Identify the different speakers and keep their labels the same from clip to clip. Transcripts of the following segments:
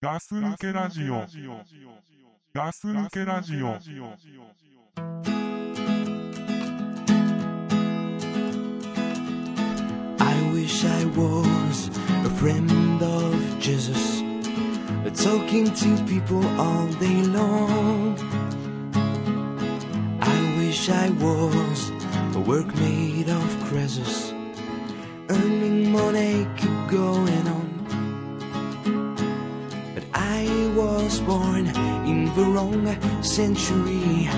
Speaker 1: ガス抜けラジオ。ガス抜けラジオ。
Speaker 2: I wish I was a friend of Jesus, talking to people all day long. I wish I was a work made of Croesus, earning money, keep going on. But I was born in the wrong century.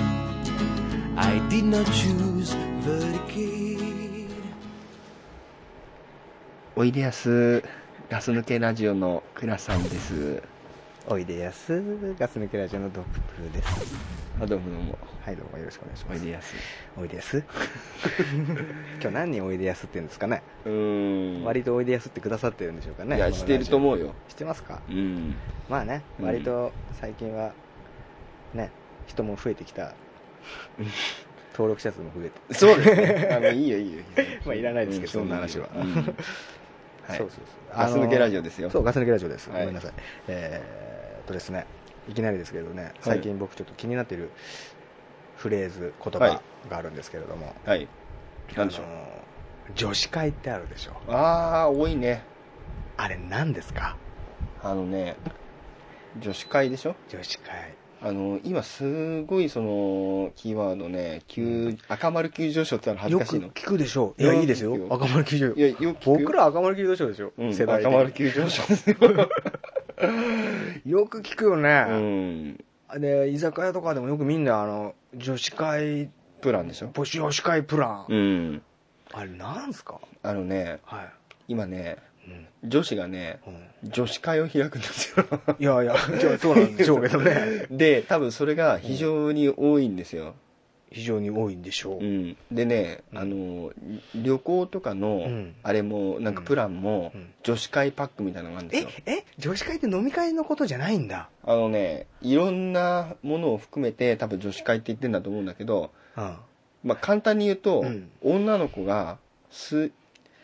Speaker 2: I did not choose the decade.
Speaker 3: おいでやすガス抜けラジオの倉さんです
Speaker 4: おいでやすガス抜けラジオのドッププーです
Speaker 3: あどうもどうも
Speaker 4: はいどうもよろしくお願いし
Speaker 3: お
Speaker 4: ま
Speaker 3: い
Speaker 4: す
Speaker 3: でやす
Speaker 4: おいでやす今日何人おいでやすって言うんですかね、
Speaker 3: うーん
Speaker 4: 割とおいでやすってくださってるんでしょうかね
Speaker 3: いやしてると
Speaker 4: う
Speaker 3: 思うよ
Speaker 4: してますか
Speaker 3: うん
Speaker 4: まあね
Speaker 3: うん
Speaker 4: 割と最近はね人も増えて きた登録者数も増えて
Speaker 3: そうです ねあのいいよいいよ
Speaker 4: まあいらないですけど
Speaker 3: う
Speaker 4: そんな話は
Speaker 3: うんはい
Speaker 4: そうそうそう
Speaker 3: ガス抜けラジオですよ
Speaker 4: そうガス抜けラジオです、
Speaker 3: はい
Speaker 4: ごめんなさいえーっとですねいきなりですけれどね最近僕ちょっと気になっているフレーズ言
Speaker 3: はい
Speaker 4: 葉があるんですけれども、
Speaker 3: はいなんでしょう
Speaker 4: あのー女子会ってあるでしょ
Speaker 3: ああ多いね
Speaker 4: あれ何ですか
Speaker 3: あのね女子会でしょ
Speaker 4: 女子会
Speaker 3: あの今すごいそのキーワードね急赤丸急上昇ってのは恥ず
Speaker 4: よ
Speaker 3: かし
Speaker 4: く
Speaker 3: いの
Speaker 4: 聞くでしょう
Speaker 3: い
Speaker 4: い
Speaker 3: や
Speaker 4: やいいですよ
Speaker 3: よく聞くよ
Speaker 4: 赤丸急上
Speaker 3: いやよく聞くよ
Speaker 4: 僕ら赤丸急上昇でしょ、
Speaker 3: うん
Speaker 4: 世代的
Speaker 3: 赤
Speaker 4: に
Speaker 3: 丸急上 昇ですよ
Speaker 4: よく聞くよ
Speaker 3: う
Speaker 4: ね、
Speaker 3: ん
Speaker 4: で居酒屋とかでもよくみんなあの女子会
Speaker 3: プランでしょ
Speaker 4: 女子会プラン、
Speaker 3: うん
Speaker 4: あれなんすか
Speaker 3: あのね
Speaker 4: は
Speaker 3: 今ね
Speaker 4: い、うん
Speaker 3: 女子がね
Speaker 4: うん
Speaker 3: 女子会を開くんです よ
Speaker 4: い やいやいやそうなんでしょうけどね
Speaker 3: で多分それが非常に多いんですよ、
Speaker 4: 非常に多いんでしょう、
Speaker 3: うん、でね、あの旅行とか
Speaker 4: う
Speaker 3: の
Speaker 4: ん
Speaker 3: あれもなんかプランも
Speaker 4: うん
Speaker 3: 女子会パックみたいなのがあるんです
Speaker 4: え
Speaker 3: よ
Speaker 4: え女子会って飲み会のことじゃないんだ、
Speaker 3: あのねいろんなものを含めて多分女子会って言ってんだと思うんだけど、
Speaker 4: うん、
Speaker 3: まあ、簡単に言うと、
Speaker 4: うん
Speaker 3: 女の子がす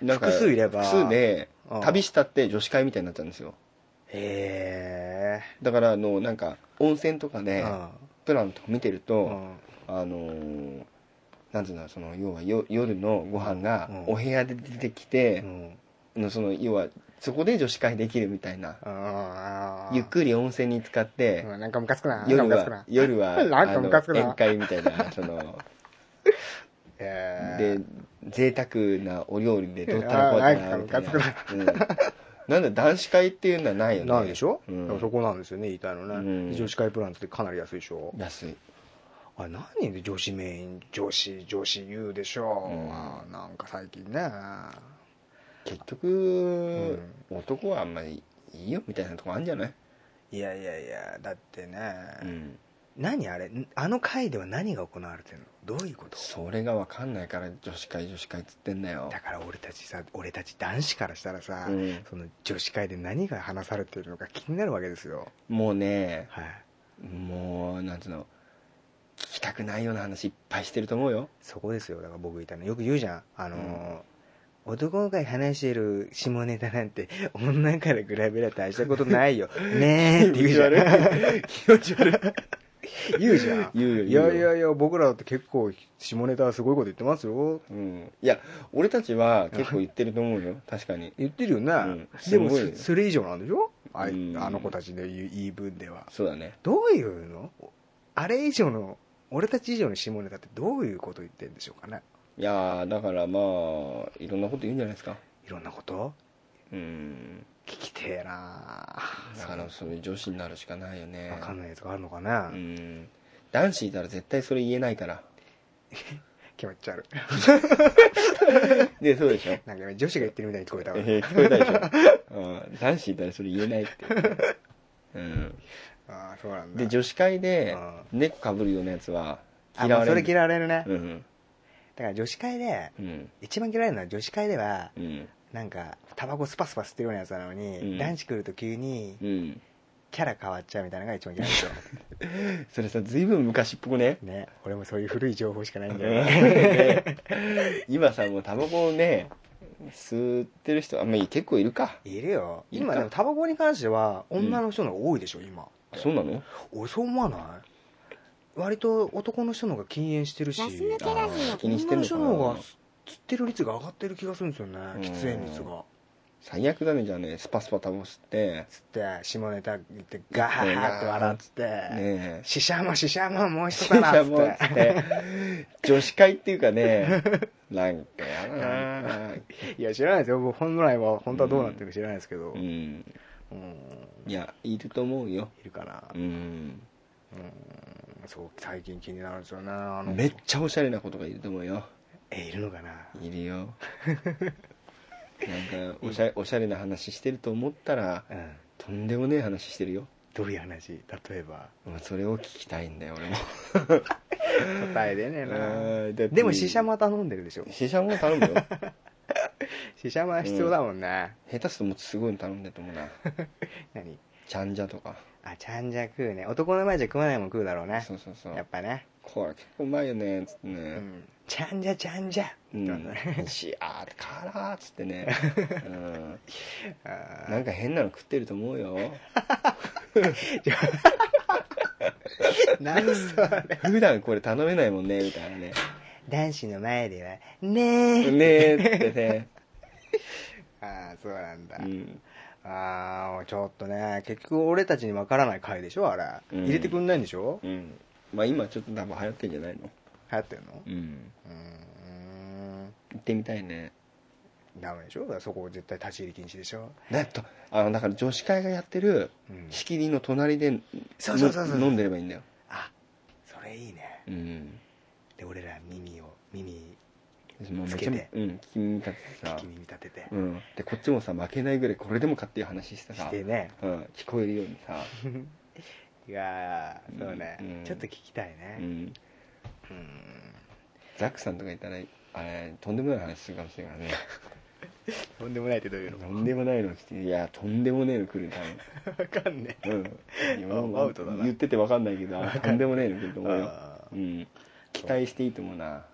Speaker 3: なんか
Speaker 4: 複数いれば
Speaker 3: 複数で
Speaker 4: うん
Speaker 3: 旅したって女子会みたいになっちゃうんですよ
Speaker 4: へ
Speaker 3: だからあのなんか温泉とか
Speaker 4: え、
Speaker 3: で
Speaker 4: うん
Speaker 3: プランとか見てると、
Speaker 4: うん
Speaker 3: あのーなんつうんだろうその要はよ夜のご飯が
Speaker 4: うん
Speaker 3: お部屋で出てきて、のその要はそこで女子会できるみたいなゆっ
Speaker 4: り。
Speaker 3: くり温泉に浸かって、
Speaker 4: うんなんかムカつくな。
Speaker 3: 夜
Speaker 4: なんかムカつくな
Speaker 3: は。夜は
Speaker 4: なんかムカつくな
Speaker 3: あの宴会みたいなそ の
Speaker 4: え
Speaker 3: で贅沢なお料理でどったらこうやったらみたいな
Speaker 4: あなんか
Speaker 3: うん、なんだ男子会っていうのはない
Speaker 4: ー
Speaker 3: よね
Speaker 4: ないでしょ、
Speaker 3: う
Speaker 4: だからそ
Speaker 3: ん、
Speaker 4: こなんですよね、言いたいのね。
Speaker 3: うん
Speaker 4: 女子会プランってかなり安いでしょ
Speaker 3: 安い
Speaker 4: あれ何で女子メイン、女子、女子言うでしょ、
Speaker 3: うん
Speaker 4: あーなんか最近ね。
Speaker 3: 結局、男はあんまりいいよみたいなとこあるんじゃない、
Speaker 4: いやいやいや、だってね。
Speaker 3: うん
Speaker 4: 何あれんあの会では何が行われてるのどういうこと
Speaker 3: それがわかんないから女子会女子会っつってんだよ
Speaker 4: だから俺たちさ、俺たち男子からしたらさ、
Speaker 3: うん
Speaker 4: その女子会で何が話されてるのか気になるわけですよ。
Speaker 3: もうね
Speaker 4: はい。
Speaker 3: もうなんつうの聞きたくないような話いっぱいしてると思うよ
Speaker 4: そこですよだから僕言いたいのよく言うじゃんあのー男が話してる下ネタなんて 女から比べられて大したことない よねえって言うじゃん
Speaker 3: 気持ち悪い
Speaker 4: 言うじゃん
Speaker 3: 言うよ
Speaker 4: い
Speaker 3: 言うよ
Speaker 4: やいやいや僕らだって結構下ネタはすごいこと言ってますよ
Speaker 3: うん、いや俺たちは結構言ってると思うよ確かに
Speaker 4: 言ってるよね、
Speaker 3: ん
Speaker 4: でも
Speaker 3: すごいよ
Speaker 4: そそれ以上なんでしょあい
Speaker 3: うん
Speaker 4: あの子たちの言う言い分では
Speaker 3: そうだね
Speaker 4: どういうのあれ以上の俺たち以上の下ネタってどういうこと言ってるんでしょうかね
Speaker 3: いやーだからまあいろんなこと言うんじゃないですか
Speaker 4: いろんなこと
Speaker 3: うん
Speaker 4: 聞きてえな
Speaker 3: だからそれ女子になるしかないよね
Speaker 4: わかん
Speaker 3: ない
Speaker 4: ないやつがあるのかな、
Speaker 3: うん男子いたら絶対それ言えないから
Speaker 4: 気持ち悪い。
Speaker 3: でそうでしょ
Speaker 4: なんか今女子が言ってるみたいに聞こえたわ。
Speaker 3: えー聞こえたでしょ、うん、男子いたらそれ言えないって、うん、
Speaker 4: ああ、そうなんだ。
Speaker 3: で女子会で
Speaker 4: う
Speaker 3: 猫かぶるようなやつは
Speaker 4: あ
Speaker 3: 嫌
Speaker 4: も
Speaker 3: わ
Speaker 4: う
Speaker 3: れ
Speaker 4: そ
Speaker 3: る
Speaker 4: れ嫌われるね。だ
Speaker 3: うん
Speaker 4: から女子会で、
Speaker 3: うん
Speaker 4: 一番嫌われるのは女子会では、
Speaker 3: うん
Speaker 4: なんか、タバコスパスパス吸ってるようなやつなのに、
Speaker 3: うん
Speaker 4: 男子来ると急に
Speaker 3: う、ん
Speaker 4: キャラ変わっちゃうみたいなのが一番嫌 いですよ。
Speaker 3: それさ随分昔っぽくね
Speaker 4: ね。 俺もそういう古い情報しかないんだよね。
Speaker 3: で今さもうタバコをね吸ってる人あまあいい結構いるか
Speaker 4: いるよ
Speaker 3: いるか
Speaker 4: 今でもタバコに関しては女の人の方が多いでしょ今
Speaker 3: そうなの
Speaker 4: 俺そう思わない割と男の人の方が禁煙してるし
Speaker 5: ガス抜けラジオ
Speaker 3: 気にして
Speaker 4: 女
Speaker 3: んの
Speaker 4: の
Speaker 3: か
Speaker 4: 人
Speaker 3: な
Speaker 4: の方が吸ってる率が上がってる気がするんですよね
Speaker 3: ん
Speaker 4: 喫煙率が
Speaker 3: 最悪だねじゃあねスパスパタバコ吸って
Speaker 4: つって下ネタ言ってガハハって笑って
Speaker 3: ね
Speaker 4: 「シシャマシシャマもう
Speaker 3: え
Speaker 4: 一皿」っつ
Speaker 3: もう
Speaker 4: っ
Speaker 3: ってて 女子会っていうかねなんかやだな
Speaker 4: いや知らないですよ僕本来は本当はどうなってるか知らないですけど
Speaker 3: う
Speaker 4: うんん
Speaker 3: いやいると思うよ
Speaker 4: いるかな
Speaker 3: うん
Speaker 4: そう最近気になるんですよねあの
Speaker 3: めっちゃおしゃれな子とかいると思うよ
Speaker 4: えいるのかない
Speaker 3: る よなんかおしゃおしゃれな話してると思ったら
Speaker 4: うん
Speaker 3: とんでもねえ話してるよ
Speaker 4: どういう話例えば
Speaker 3: まあそれを聞きたいんだよ俺も
Speaker 4: 答え出ね
Speaker 3: あーだっ
Speaker 4: えな
Speaker 3: て
Speaker 4: でもシシャマ頼んでるでしょ
Speaker 3: シシャモ頼む よ
Speaker 4: シシャマ必要だもんね
Speaker 3: 下手するともうすごいの頼んでると思うな
Speaker 4: 何
Speaker 3: ちゃんじゃとか
Speaker 4: あちゃんじゃ食うね男の前じゃ食わないもん食うだろうね
Speaker 3: そうそうそう
Speaker 4: やっぱね
Speaker 3: これ結構うまいよねつって
Speaker 4: う
Speaker 3: ね
Speaker 4: んちゃんじゃちゃんじゃ
Speaker 3: う
Speaker 4: って
Speaker 3: ん
Speaker 4: ことね
Speaker 3: しあーからーっつってね、うん、
Speaker 4: あ
Speaker 3: なんか変なの食ってると思うよ
Speaker 4: ー何それ
Speaker 3: 普段これ頼めないもんねみたいなね
Speaker 4: 男子の前ではねえ
Speaker 3: ねえってね、
Speaker 4: ああ そうなんだ
Speaker 3: うん、
Speaker 4: ああちょっとね結局俺たちにわからない回でしょあれ
Speaker 3: うん
Speaker 4: 入れてくんないんでしょ
Speaker 3: うん、まあ今ちょっと多分流行ってんじゃないの
Speaker 4: 流行ってんの
Speaker 3: うん
Speaker 4: うーん
Speaker 3: 行ってみたいね
Speaker 4: ダメでしょだからそこ絶対立ち入り禁止でしょ
Speaker 3: だとあのだから女子会がやってる
Speaker 4: うん
Speaker 3: 仕切りの隣で、
Speaker 4: そうそうそうそう
Speaker 3: 飲んでればいいんだよ、
Speaker 4: あそれいいね
Speaker 3: うん、
Speaker 4: で俺ら耳を耳
Speaker 3: もうめ
Speaker 4: つ
Speaker 3: ち
Speaker 4: け
Speaker 3: ゃ
Speaker 4: て
Speaker 3: うん君たちさ
Speaker 4: 聞き耳立てて
Speaker 3: うん、でこっちもさ負けないぐらいこれでもかっていう話して
Speaker 4: し
Speaker 3: さ、
Speaker 4: てね
Speaker 3: うん、聞こえるようにさ、
Speaker 4: いやーそうね、
Speaker 3: うん
Speaker 4: ちょっと聞きたいうね
Speaker 3: ん、
Speaker 4: うん、
Speaker 3: ザックさんとかいたらあれとんでもない話するかもしれない からね
Speaker 4: とんでもないってどういうの
Speaker 3: とんでもないの来ていやとんでもねえの来る多
Speaker 4: わかんねえ
Speaker 3: 分うんいやもう
Speaker 4: アウトだな
Speaker 3: 言ってて分かんないけどあとんでもねえの来ると思うよ
Speaker 4: あ、ー
Speaker 3: うん、期待していいと思う な、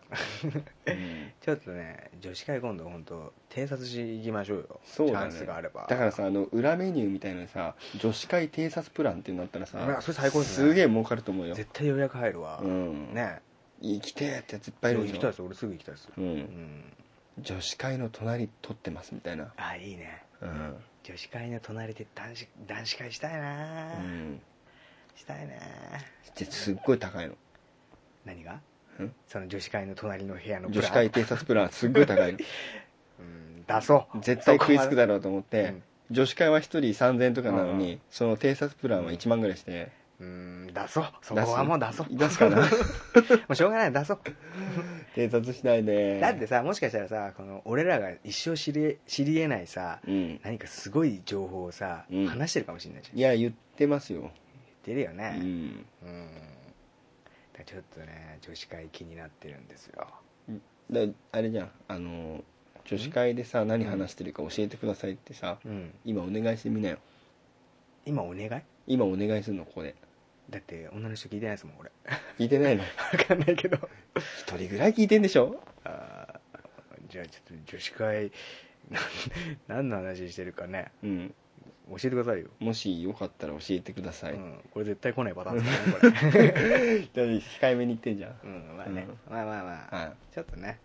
Speaker 3: うん、
Speaker 4: ちょっとね女子会今度本当偵察しいきましょうよ
Speaker 3: そうだ
Speaker 4: チャ
Speaker 3: ね
Speaker 4: ンスがあれば
Speaker 3: だからさあの裏メニューみたいなさ女子会偵察プランっていうのあったら
Speaker 4: う
Speaker 3: さ
Speaker 4: わそれ最高です
Speaker 3: す
Speaker 4: ね
Speaker 3: げえ儲かると思うよ
Speaker 4: 絶対予約入るわ、
Speaker 3: うん
Speaker 4: ね
Speaker 3: 行きてえってやついっぱいい
Speaker 4: 行
Speaker 3: る
Speaker 4: き
Speaker 3: でし
Speaker 4: たいで
Speaker 3: ょ
Speaker 4: す俺すぐ行きたいです
Speaker 3: う、
Speaker 4: うんん
Speaker 3: 女子会の隣撮ってますみたいな
Speaker 4: あいいね
Speaker 3: うん、
Speaker 4: 女子会の隣で男子男子会したいな
Speaker 3: う
Speaker 4: ー、
Speaker 3: ん、
Speaker 4: したいなー
Speaker 3: ですっごい高いの
Speaker 4: 何が
Speaker 3: ん
Speaker 4: その女子会の隣の部屋のプラ
Speaker 3: 女子会偵察プランすっごい高 いの
Speaker 4: うん出そう
Speaker 3: 絶対食いつくだろうと思って、
Speaker 4: うん
Speaker 3: 女子会は1人3000円とかなの
Speaker 4: うん
Speaker 3: に、その偵察プランは1万ぐらいして、
Speaker 4: うん出そうそこはもう出そう
Speaker 3: 出すかな
Speaker 4: もうしょうがない出そう
Speaker 3: 偵察しないで
Speaker 4: だってさもしかしたらさこの俺らが一生知り知りえないさ
Speaker 3: うん
Speaker 4: 何かすごい情報をさ、
Speaker 3: うん
Speaker 4: 話してるかもしれないじゃん
Speaker 3: いや言ってますよ、
Speaker 4: 言ってるよ
Speaker 3: う
Speaker 4: ね
Speaker 3: ん、
Speaker 4: うん、だからちょっとね女子会気になってるんですよ
Speaker 3: だあれじゃんあの女子会でさ何話してるか教えてくださいってさ、
Speaker 4: うん
Speaker 3: 今お願いしてみなよ
Speaker 4: 今お願いだ
Speaker 3: 今お願いするのここで
Speaker 4: って女の人聞いてないですもん俺
Speaker 3: 聞いてないの
Speaker 4: わかんないけど
Speaker 3: 一人ぐらい聞いてんでしょ
Speaker 4: あーじゃあちょっと女子会な何の話してるかね
Speaker 3: うん
Speaker 4: 教えてくださいよ、
Speaker 3: もしよかったら教えてください、
Speaker 4: うん、これ絶対来ないパター ンですよねこれ
Speaker 3: だって控えめに言ってんじゃん、
Speaker 4: うんまあね、
Speaker 3: う
Speaker 4: まあまあまあ、
Speaker 3: は
Speaker 4: ちょっとね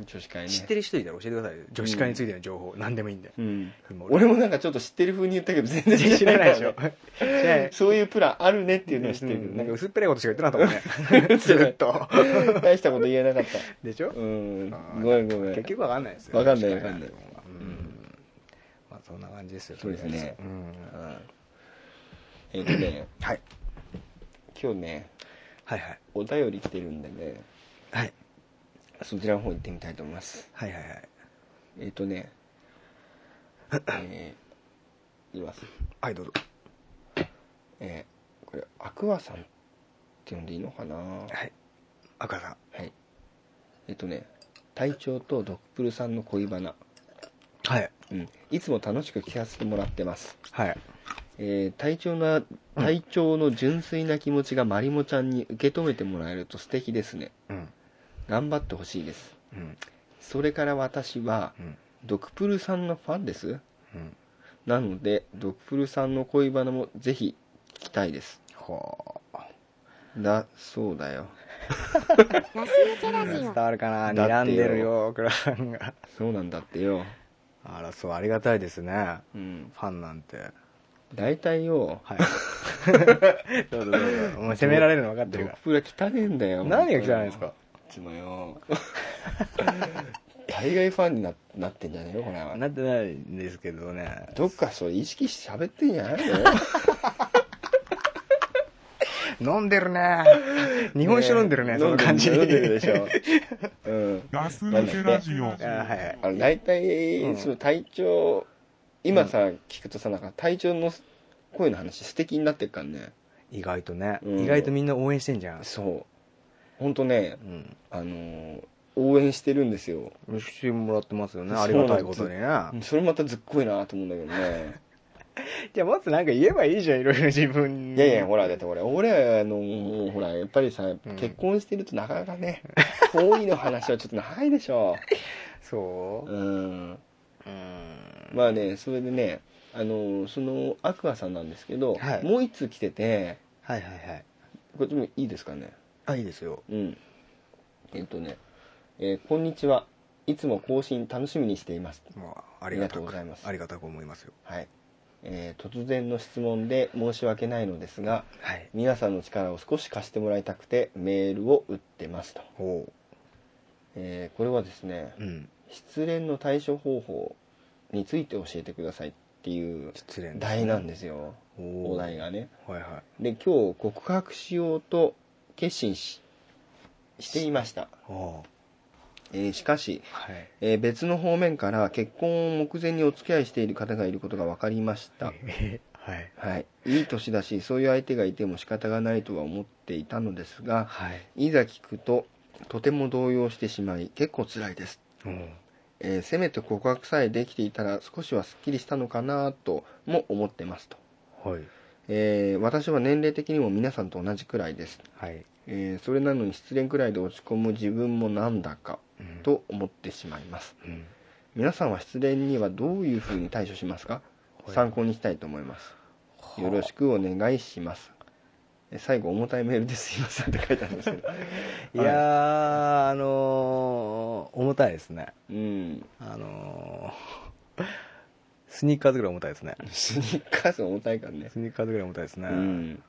Speaker 3: い女子会ね
Speaker 4: 知ってる人いたら教えてくださいよ女子会についての情報、何でもいいんで、
Speaker 3: うん
Speaker 4: 今
Speaker 3: 俺もなんかちょっと知ってる風に言ったけど全然
Speaker 4: 知らないで しょ
Speaker 3: そういうプランあるねっていうのは知って
Speaker 4: う
Speaker 3: るけ
Speaker 4: ん
Speaker 3: ど
Speaker 4: なんか
Speaker 3: なんか
Speaker 4: 薄っぺらいことしか言ってなか ったもんねずっと
Speaker 3: 大したこと言えなかっ
Speaker 4: でしょ
Speaker 3: たうん
Speaker 4: あー
Speaker 3: ごめんごめん
Speaker 4: 結局わかんないですよ
Speaker 3: わかんないわかんない
Speaker 4: 女子会んてものはうんまあそんな感じですよ
Speaker 3: そうですね
Speaker 4: とりあえずうん
Speaker 3: うんえっとね
Speaker 4: はい
Speaker 3: 今日ね
Speaker 4: はいはい
Speaker 3: お便り来てるんでね
Speaker 4: はい
Speaker 3: そちらの方行ってみたいと思います
Speaker 4: はいはいはい
Speaker 3: えっ、とねえー、言います
Speaker 4: はいどうぞ
Speaker 3: えー、これアクアさんって呼んでいいのかな
Speaker 4: はい赤さん
Speaker 3: はい。えっとね、隊長とドクプルさんの恋バナ。
Speaker 4: はい
Speaker 3: うん。いつも楽しく聞かせてもらってます。
Speaker 4: はい
Speaker 3: えー、隊長の、隊長の純粋な気持ちがまりもちゃんに受け止めてもらえると素敵ですね。
Speaker 4: うん
Speaker 3: 頑張ってほしいです。
Speaker 4: うん
Speaker 3: それから私は、
Speaker 4: うん
Speaker 3: ドクプルさんのファンです
Speaker 4: うん
Speaker 3: なのでドクプルさんの恋バナもぜひ聞きたいです
Speaker 4: ほう
Speaker 3: だそうだよ
Speaker 5: ラス抜けラジ
Speaker 4: 伝
Speaker 5: オ。
Speaker 4: わるかな
Speaker 3: だってよ
Speaker 4: 睨んでるよクラさんが
Speaker 3: そうなんだってよ
Speaker 4: あらそうありがたいですね
Speaker 3: うん
Speaker 4: ファンなんて
Speaker 3: 大体よ
Speaker 4: はい どうぞどうぞお前責められるの分かって
Speaker 3: ド
Speaker 4: る
Speaker 3: ク
Speaker 4: か
Speaker 3: プラ汚ねえんだよ
Speaker 4: ら何が汚いんですか
Speaker 3: いつもよ 海外ファンにななってんじゃねえよこれは
Speaker 4: なってないんですけどね
Speaker 3: どっかそれ意識して喋ってんじゃないの
Speaker 4: 飲んでるね 日本酒飲んでるねその感じ
Speaker 3: 飲んでるでしょうん
Speaker 1: ガス抜けラジオ。
Speaker 4: あはいはい
Speaker 3: あの大体、
Speaker 4: うん
Speaker 3: その体調今さ、聞くとさなんか体調の声の話素敵になってっからね
Speaker 4: 意外とね、
Speaker 3: うん
Speaker 4: 意外とみんな応援してんじゃん
Speaker 3: そう本当ね
Speaker 4: うん
Speaker 3: あのー応援してるんですよ
Speaker 4: してもらってますよね
Speaker 3: そう
Speaker 4: ありがたいことにね
Speaker 3: それまたずっこいなと思うんだけどね
Speaker 4: じゃあもっとなんか言えばいいじゃんいろいろ自分
Speaker 3: いやいやほらだって俺俺あのーほらやっぱりさ、
Speaker 4: ん
Speaker 3: 結婚してるとなかなか ね恋の話はちょっと長いでしょ
Speaker 4: そううんうん
Speaker 3: まあねそれでねあのーそのアクアさんなんですけど、
Speaker 4: はい
Speaker 3: もう一通来てて
Speaker 4: はいはいはい
Speaker 3: こっちもいいですかね
Speaker 4: あいいですよ
Speaker 3: うん。えっとね、えーこんにちは。いつも更新楽しみにしています。
Speaker 4: まあありがた
Speaker 3: ありがとうご
Speaker 4: く
Speaker 3: ざいます
Speaker 4: ありがたく思いますよ
Speaker 3: はい。えー突然の質問で申し訳ないのですが、
Speaker 4: はい
Speaker 3: 皆さんの力を少し貸してもらいたくてメールを打ってますと。
Speaker 4: ほ
Speaker 3: えーこれはですね、
Speaker 4: ううん
Speaker 3: 失恋の対処方法について教えてくださいっていう
Speaker 4: 失恋
Speaker 3: 題なんですよ。
Speaker 4: お
Speaker 3: お
Speaker 4: お
Speaker 3: 題がね。
Speaker 4: はいはい
Speaker 3: で、今日告白しようと決心し、していました。
Speaker 4: おお
Speaker 3: えーしかし、
Speaker 4: はい
Speaker 3: えー別の方面から結婚を目前にお付き合いしている方がいることが分かりま した、
Speaker 4: はい
Speaker 3: はい、いい年だしそういう相手がいても仕方がないとは思っていたのですが
Speaker 4: はい
Speaker 3: いざ聞くととても動揺してしまい結構辛いです、
Speaker 4: うん
Speaker 3: えーせめて告白さえできていたら少しはすっきりしたのかなとも思ってますと、
Speaker 4: はい
Speaker 3: えー私は年齢的にも皆さんと同じくらいです、
Speaker 4: はい
Speaker 3: えーそれなのに失恋くらいで落ち込む自分もなんだか
Speaker 4: うん
Speaker 3: と思ってしまいます
Speaker 4: うん
Speaker 3: 皆さんは失恋にはどういうふうに対処しますか
Speaker 4: はい
Speaker 3: 参考にしたいと思いますよろしくお願いしますえ最後重たいメールですいませんって書いてあるんですけ ど
Speaker 4: いやーあのー重たいですね
Speaker 3: うん
Speaker 4: あのー スニーカーズぐらい重たいですね
Speaker 3: スニーカーズ重たいからね
Speaker 4: スニーカーズぐらい重たいですね、
Speaker 3: うん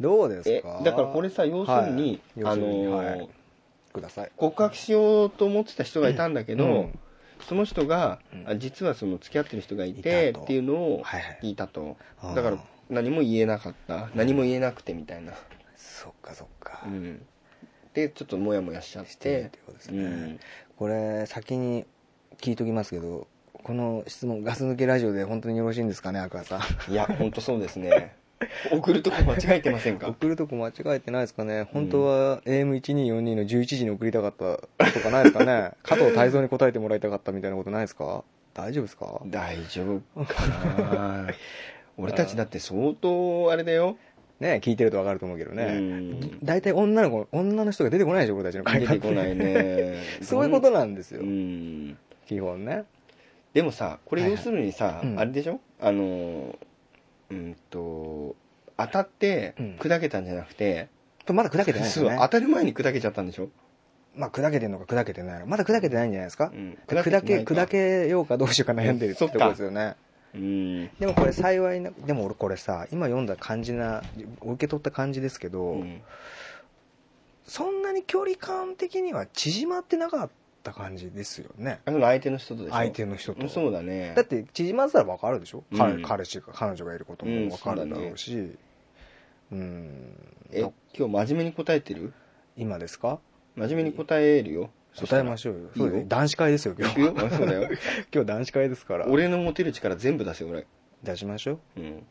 Speaker 4: どうです
Speaker 3: え
Speaker 4: か
Speaker 3: だからこれさ要するに、
Speaker 4: は
Speaker 3: あのー
Speaker 4: い要するにはいください
Speaker 3: 告白しようと思ってた人がいたんだけど、
Speaker 4: うん
Speaker 3: その人が、
Speaker 4: うん
Speaker 3: あ実はその付き合ってる人がいて
Speaker 4: いたと
Speaker 3: っていうのを
Speaker 4: はいはい
Speaker 3: 聞いたと、
Speaker 4: あー
Speaker 3: だから何も言えなかった何も言えなくてみたいな、
Speaker 4: そっかそっか、
Speaker 3: うん、でちょっとモヤモヤしちゃっ
Speaker 4: してる
Speaker 3: て
Speaker 4: ってことですね
Speaker 3: うん
Speaker 4: これ先に聞いときますけどこの質問ガス抜けラジオで本当によろしいんですかね赤川さん
Speaker 3: いや本当そうですね 送るとこ間違えてませんか
Speaker 4: 送るとこ間違えてないですかね本当は AM1242 の11時に送りたかったとかないですか ね加藤泰造に答えてもらいたかったみたいなことないですか大丈夫ですか
Speaker 3: 大丈夫かな俺たちだって相当あれだよ
Speaker 4: ね聞いてると分かると思うけど
Speaker 3: う
Speaker 4: ね
Speaker 3: ん
Speaker 4: 大体女の子女の人が出てこないでしょ俺たちの会
Speaker 3: 出
Speaker 4: 話
Speaker 3: てこない ね
Speaker 4: そういうことなんですよ、
Speaker 3: うん
Speaker 4: 基本ね
Speaker 3: でもさこれ
Speaker 4: はいは
Speaker 3: 要
Speaker 4: い
Speaker 3: するにさ、
Speaker 4: うん
Speaker 3: あれでしょあのうんと当たって
Speaker 4: うん
Speaker 3: 砕けたんじゃなくて、
Speaker 4: とまだ砕けてないです
Speaker 3: そ
Speaker 4: よ
Speaker 3: う
Speaker 4: ね
Speaker 3: 当たる前に砕けちゃったんでしょ、
Speaker 4: まあ砕けてんのか砕けてないのかまだ砕けてないんじゃないですか、
Speaker 3: うん
Speaker 4: 砕け
Speaker 3: てないか
Speaker 4: 砕けようかどうしようか悩んでるって
Speaker 3: そ
Speaker 4: と
Speaker 3: っか
Speaker 4: こですよね
Speaker 3: うん
Speaker 4: でもこれ幸いなでも俺これさ今読んだ感じな受け取った感じですけど、
Speaker 3: うん
Speaker 4: そんなに距離感的には縮まってなかった感じですよね
Speaker 3: あの相手の人とでしょ
Speaker 4: 相手の人
Speaker 3: う
Speaker 4: と
Speaker 3: んそうだね
Speaker 4: だって縮まったら分かるでしょ、
Speaker 3: うん
Speaker 4: 彼彼氏が彼女がいることも分かるだろうし、うん
Speaker 3: え今日真面目に答えてる
Speaker 4: 今ですか
Speaker 3: 真面目に答えるよ
Speaker 4: 答えましょうよ
Speaker 3: いいよ
Speaker 4: そうだよ男子会ですよ今
Speaker 3: 行
Speaker 4: 日
Speaker 3: く よあそうだよ
Speaker 4: 今日男子会ですから
Speaker 3: 俺の持てる力全部出せよ俺
Speaker 4: 出しましょ
Speaker 3: う
Speaker 4: う
Speaker 3: ん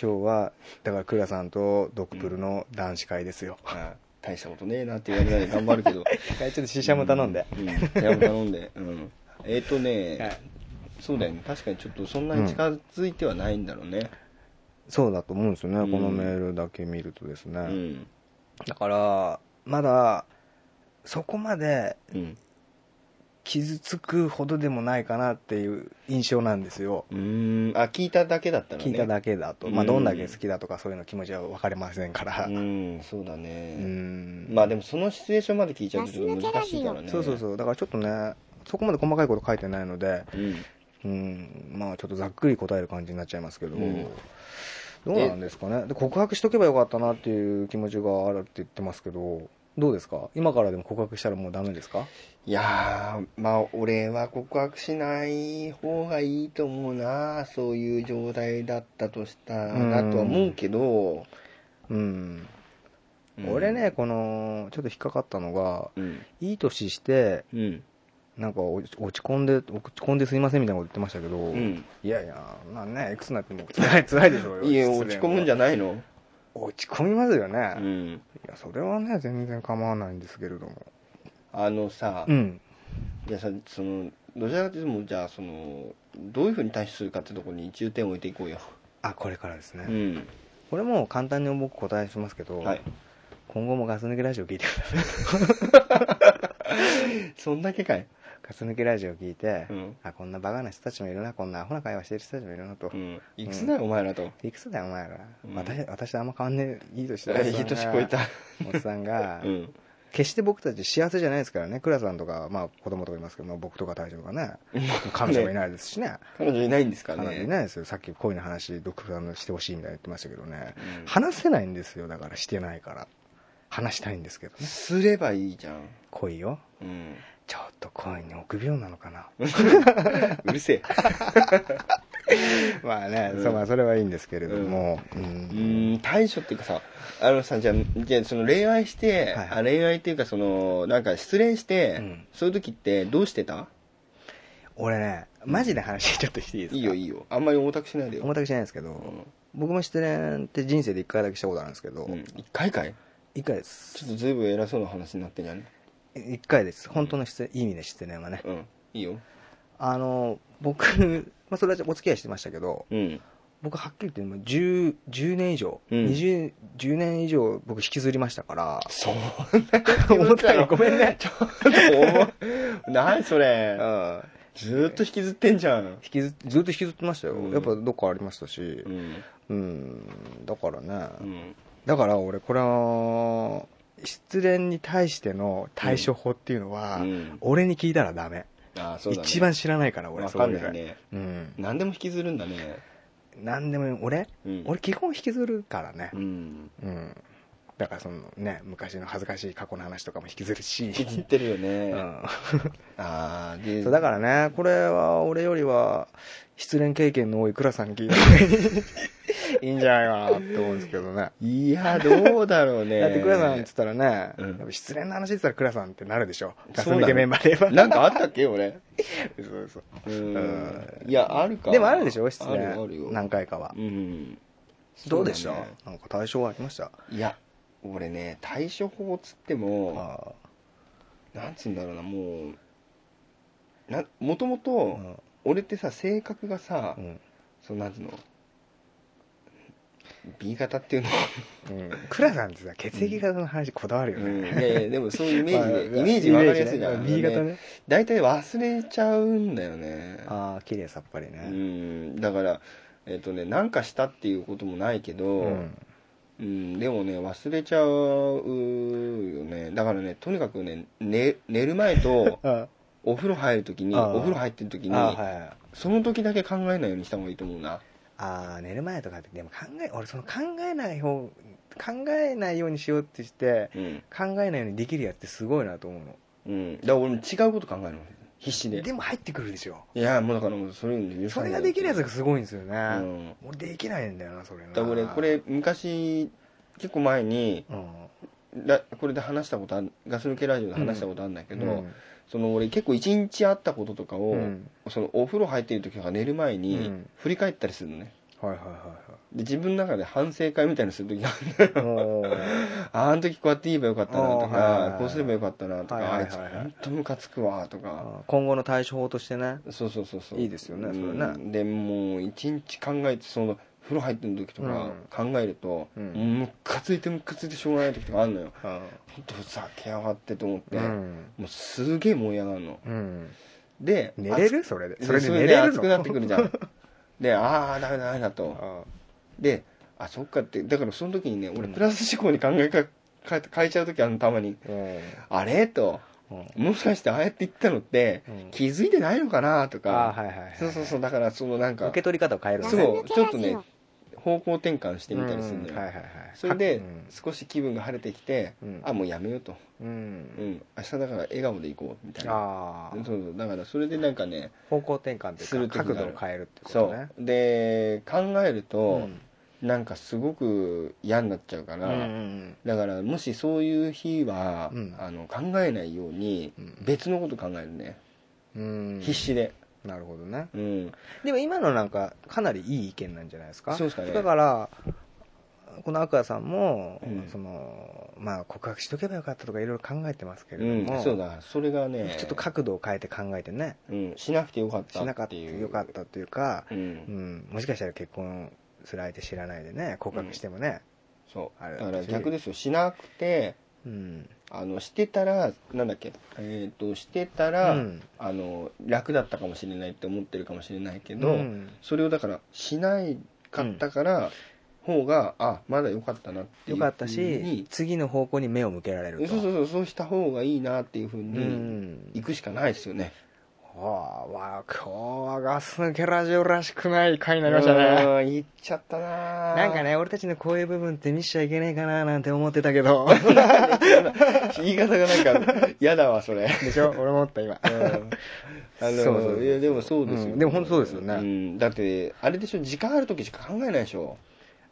Speaker 4: 今日はだから倉さんとドクプルの男子会ですよ、
Speaker 3: あ大したことねえなって言われないで頑張るけ ど
Speaker 4: 一回ちょっとシシャも頼んで、
Speaker 3: うんシシャモ頼んでうんえっ、とね、
Speaker 4: はい
Speaker 3: そうだよね確かにちょっとそんなに近づいてはないんだろうね
Speaker 4: そうだと思うんですよね、
Speaker 3: うん
Speaker 4: このメールだけ見るとですね、
Speaker 3: うんうん、
Speaker 4: だからまだそこまで傷つくほどでもないかなっていう印象なんですよ。
Speaker 3: うーんあ聞いただけだったらね
Speaker 4: 聞いただけだと、ま
Speaker 3: う
Speaker 4: あ、
Speaker 3: ん
Speaker 4: どんだけ好きだとかそういうの気持ちは分かれませんから、
Speaker 3: う
Speaker 4: うん
Speaker 3: そうだね、ま
Speaker 4: ま
Speaker 3: あでもそのシチュエーションまで聞いちゃうとちょっと難しいからね
Speaker 4: そうそうそうだからちょっとねそこまで細かいこと書いてないので、
Speaker 3: うん、
Speaker 4: うん、まあちょっとざっくり答える感じになっちゃいますけど、
Speaker 3: うん
Speaker 4: どうなんですかねで告白しとけばよかったなっていう気持ちがあるって言ってますけどどうですか今からでも告白したらもうダメですか
Speaker 3: いやーまあ俺は告白しない方がいいと思うなそういう状態だったとしたらなとは思うけど、
Speaker 4: うん、
Speaker 3: うん
Speaker 4: 俺ねこのちょっと引っかかったのが
Speaker 3: うん
Speaker 4: いい年して
Speaker 3: うん
Speaker 4: なんか落ち落ち込んで落ち込んですいませんみたいなこと言ってましたけど、
Speaker 3: うん
Speaker 4: いやいや、まあね、いくつになっても 辛い、辛いでしょうよ。
Speaker 3: いや落ち込むんじゃ
Speaker 4: ない
Speaker 3: ないの
Speaker 4: 落ち込みますよね。
Speaker 3: う
Speaker 4: い
Speaker 3: ん
Speaker 4: や、それはね、全然構わないんですけれども。
Speaker 3: あのさ、
Speaker 4: うん。
Speaker 3: いやさそのどちらかというともうじゃあそのどういうふうに対処するかってところに重点を置いていこうよ
Speaker 4: あ、これからですね。
Speaker 3: うん
Speaker 4: これもう簡単に僕答えしますけど、
Speaker 3: はい
Speaker 4: 今後もガス抜けラジオ聞いてくだ さい。
Speaker 3: そんだけかい
Speaker 4: ガス抜けラジオ聞いて、
Speaker 3: うん
Speaker 4: あ、こんなバカな人たちもいるな、こんなアホな会話してる人たちもいるなと。
Speaker 3: うんいくつだよお前 らと
Speaker 4: いくつだよ、お前ら。
Speaker 3: うん
Speaker 4: 私、私とあんま変わんねえ、いい年だ よ。
Speaker 3: いい年超えた。
Speaker 4: おっさんが、
Speaker 3: うん
Speaker 4: 決して僕たち幸せじゃないですからね、倉さんとか、まあ子供とかいますけど、まあ僕とか大丈夫 かね、彼女もいないですしね、
Speaker 3: 彼女いないんですか
Speaker 4: 彼女い
Speaker 3: ね
Speaker 4: ないですよ、さっき恋の話、ドクターのしてほしいみたいな言ってましたけどね、
Speaker 3: うん
Speaker 4: 話せないんですよ、だからしてないから、話したいんですけどね、
Speaker 3: すればいいじゃん
Speaker 4: 恋よ、
Speaker 3: うん
Speaker 4: ちょっと恋に臆病なのかな、
Speaker 3: うるせえ
Speaker 4: まあね、
Speaker 3: うん
Speaker 4: そうまあそれはいいんですけれども、うん
Speaker 3: うーん対処っていうかさあのさじゃあじゃあその恋愛して、
Speaker 4: はいはい
Speaker 3: あ恋愛っていうかそのなんか失恋して、
Speaker 4: うん
Speaker 3: そういう時ってどうしてた
Speaker 4: 俺ね、マジで話ちょっとしていいですか、
Speaker 3: いいよいいよあんまり重たくしないでよ
Speaker 4: 重たくしないですけど、僕も失恋って人生で一回だけしたことあるんですけど、
Speaker 3: うん、一回かい
Speaker 4: 一回です
Speaker 3: ちょっとずいぶん偉そうな話になってんじゃん
Speaker 4: 一回です本当の失恋いい意味で失恋はね
Speaker 3: うんいいよ
Speaker 4: あの僕、 まあ、それはお付き合いしてましたけど
Speaker 3: うん
Speaker 4: 僕はっきり言ってもう 10, 10年以上、
Speaker 3: うん
Speaker 4: 20 10年以上僕引きずりましたから
Speaker 3: そん
Speaker 4: 思ったよごめん ね、
Speaker 3: な 何そうれ
Speaker 4: ん、
Speaker 3: ずーっと引きずってんじゃん
Speaker 4: 引きずずっと引きずってましたよ、
Speaker 3: うん
Speaker 4: やっぱどっかありましたし
Speaker 3: うん
Speaker 4: うん、だからね、
Speaker 3: うん
Speaker 4: だから俺これは失恋に対しての対処法っていうのは、
Speaker 3: うん
Speaker 4: 俺に聞いたらダメ、
Speaker 3: あそうだね
Speaker 4: 一番知らないから俺
Speaker 3: わかん
Speaker 4: そ
Speaker 3: な
Speaker 4: う
Speaker 3: いうね
Speaker 4: のうん
Speaker 3: 何でも引きずるんだね
Speaker 4: なんでも俺、
Speaker 3: うん
Speaker 4: 俺基本引きずるからね
Speaker 3: う、ん
Speaker 4: うんだからそのね昔の恥ずかしい過去の話とかも引きずるし、
Speaker 3: 引きずってるよ
Speaker 4: う
Speaker 3: ね
Speaker 4: ん、
Speaker 3: ああで
Speaker 4: そうだからねこれは俺よりは失恋経験の多い倉さんに聞いた方がいいんじゃないかなって思うんですけどね
Speaker 3: いやどうだろうね
Speaker 4: だって倉さんって言ったらね、
Speaker 3: うん
Speaker 4: やっぱ失恋の話って言ったら倉さんってなるでしょガス
Speaker 3: そうだね
Speaker 4: 抜けメンバーで言えば
Speaker 3: なんかあったっけ俺
Speaker 4: そうそう
Speaker 3: うんいやあるか
Speaker 4: でもあるでしょ失
Speaker 3: あるある
Speaker 4: 恋
Speaker 3: よ
Speaker 4: 何回かは、
Speaker 3: うん
Speaker 4: どうでした、
Speaker 3: そだね
Speaker 4: なんか対象はありました
Speaker 3: いや俺ね対処法っつっても
Speaker 4: あ
Speaker 3: なんつうんだろうなもうなもとも
Speaker 4: あ
Speaker 3: と俺ってさ性格がさ、
Speaker 4: うん
Speaker 3: そのなんつうの B 型っていうの、
Speaker 4: クラさんってさ血液型の話こだわるよ
Speaker 3: うん、い
Speaker 4: ね、
Speaker 3: やいやでもそういうイメージで、
Speaker 4: まあ
Speaker 3: イメージ分かりやすいじゃん、
Speaker 4: イメージね B 型ね
Speaker 3: 大体忘れちゃうんだよね
Speaker 4: ああ綺麗さっぱり
Speaker 3: う
Speaker 4: ね
Speaker 3: んだからえっ、とねなんかしたっていうこともないけど、
Speaker 4: う
Speaker 3: うん
Speaker 4: ん
Speaker 3: でもね忘れちゃうよねだからねとにかくね寝寝る前 と
Speaker 4: あ
Speaker 3: お風呂入るときに
Speaker 4: ああ
Speaker 3: お風呂入ってるとき
Speaker 4: あ
Speaker 3: に、
Speaker 4: はい
Speaker 3: その時だけ考えないようにした方がいいと思うな
Speaker 4: ああ寝る前とかってでも考え俺その考えない方考えないようにしようってして
Speaker 3: うん、
Speaker 4: 考えないようにできるやつってすごいなと思うの
Speaker 3: うん、だから俺も違うこと考えるの必死で
Speaker 4: でも入ってくるでしょ
Speaker 3: いやもうだからもうそれ許さ
Speaker 4: そ
Speaker 3: な
Speaker 4: れ
Speaker 3: い
Speaker 4: ができるやつがすごいんですよ
Speaker 3: う
Speaker 4: ね、
Speaker 3: ん
Speaker 4: 俺できないんだよなそれな
Speaker 3: だから俺これ昔結構前に
Speaker 4: うん
Speaker 3: ラこれで話したことあるガス抜けラジオで話したことあるんだけど、
Speaker 4: うん
Speaker 3: その俺結構一日あったこととかを、
Speaker 4: うん
Speaker 3: そのお風呂入ってる時とか寝る前
Speaker 4: う
Speaker 3: に
Speaker 4: ん
Speaker 3: 振り返ったりするのね
Speaker 4: はいはいは
Speaker 3: で自分の中で反省会みたいなのする時があるん だよ
Speaker 4: いはいもう
Speaker 3: ああの時こうやって言えばよかったなと
Speaker 4: あーはいはいは
Speaker 3: か
Speaker 4: い
Speaker 3: こうすればよかったなとか、
Speaker 4: はいはいはい
Speaker 3: あいつ本当ムカつくわとか
Speaker 4: 今後の対処法としてね
Speaker 3: そうそうそうそう
Speaker 4: いいですよねそれね
Speaker 3: うんでもう一日考えてその風呂入ってる時とか考えると、
Speaker 4: う
Speaker 3: うんムカついてムカついてしょうがない時とかあるのよ
Speaker 4: あ
Speaker 3: ほんとふざけやがってと思って、
Speaker 4: うん
Speaker 3: もうすげえ燃え上がるの
Speaker 4: うん
Speaker 3: で
Speaker 4: 寝れ
Speaker 3: 暑
Speaker 4: るそれでそれで
Speaker 3: そ
Speaker 4: 寝
Speaker 3: れ
Speaker 4: れ
Speaker 3: で
Speaker 4: るの
Speaker 3: 熱くなってくるじゃ んでああダメだダメだと
Speaker 4: あ
Speaker 3: であそっかってだからその時にね俺
Speaker 4: うん
Speaker 3: プラス思考に考えか変え変えちゃう時あるのたまに
Speaker 4: うん
Speaker 3: あれと
Speaker 4: うん
Speaker 3: もしかしてああやって言ったのって
Speaker 4: うん
Speaker 3: 気づいてないのかなと
Speaker 4: あ
Speaker 3: か、
Speaker 4: はいはいはい
Speaker 3: そうそうそうだからそのなんか
Speaker 4: 受け取り方を変えるの
Speaker 5: す
Speaker 3: そ
Speaker 4: ね
Speaker 5: ご
Speaker 3: う
Speaker 5: い
Speaker 3: ちょっとね方向転換してみたりするんだよ、
Speaker 4: うんはいはいはい
Speaker 3: それで
Speaker 4: うん
Speaker 3: 少し気分が晴れてきて、
Speaker 4: うん
Speaker 3: あもうやめようと、
Speaker 4: う
Speaker 3: うんん、明日だから笑顔で行こうみたいな
Speaker 4: ああ
Speaker 3: そうそうだからそれでなんかね
Speaker 4: 方向転換と
Speaker 3: す
Speaker 4: いう
Speaker 3: る
Speaker 4: か
Speaker 3: 時
Speaker 4: 角
Speaker 3: があ
Speaker 4: 度
Speaker 3: る
Speaker 4: を変えるってこと
Speaker 3: そ
Speaker 4: ね
Speaker 3: うで考えると、
Speaker 4: ん
Speaker 3: なんかすごく嫌になっちゃうか
Speaker 4: う
Speaker 3: ら、
Speaker 4: んうん
Speaker 3: だからもしそういう日は、
Speaker 4: うん
Speaker 3: あの考えないように
Speaker 4: うん
Speaker 3: 別のこと考えるね、
Speaker 4: うん
Speaker 3: 必死で、
Speaker 4: なるほどね
Speaker 3: うん、
Speaker 4: でも今のなんかかなりいい意見なんじゃないですか
Speaker 3: そうですかね
Speaker 4: だからこのアクアさんも、
Speaker 3: うん
Speaker 4: そのまあ告白しとけばよかったとかいろいろ考えてますけれ
Speaker 3: う
Speaker 4: ど
Speaker 3: ん
Speaker 4: も、
Speaker 3: そうだそれがね
Speaker 4: ちょっと角度を変えて考えてね
Speaker 3: うん、しなくてよかっ
Speaker 4: したなか
Speaker 3: っ
Speaker 4: ってた
Speaker 3: いう
Speaker 4: よかったというか、
Speaker 3: う、
Speaker 4: うんん、もしかしたら結婚する相手知らないでね告白してもね、
Speaker 3: そう
Speaker 4: あれ
Speaker 3: だから逆ですよしなくて
Speaker 4: うん
Speaker 3: あのしてたらなんだっけえっ、としてた
Speaker 4: う
Speaker 3: ら、
Speaker 4: ん
Speaker 3: あの楽だったかもしれないって思ってるかもしれないけど、
Speaker 4: うん
Speaker 3: それをだからしないかったから、方があまだよかったなっていう
Speaker 4: よかった
Speaker 3: ふう
Speaker 4: し
Speaker 3: に
Speaker 4: 次の方向に目を向けられると
Speaker 3: そうそうそうそうした方がいいなっていうふう
Speaker 4: う
Speaker 3: に
Speaker 4: ん
Speaker 3: 行くしかないですよね、
Speaker 4: はあわ今日はガス抜けラジオらしくない回になり
Speaker 3: う
Speaker 4: ましたね
Speaker 3: ん行っちゃったな
Speaker 4: なんかね、俺たちのこういう部分って見しちゃいけないかななんて思ってたけど。
Speaker 3: 言い方がなんか嫌だわそれ
Speaker 4: でしょ俺も思った今。
Speaker 3: あの
Speaker 4: そうそう
Speaker 3: いやでもそうですよ、
Speaker 4: うんでも本当そうですよね
Speaker 3: んだってあれでしょ時間ある時しか考えないでしょ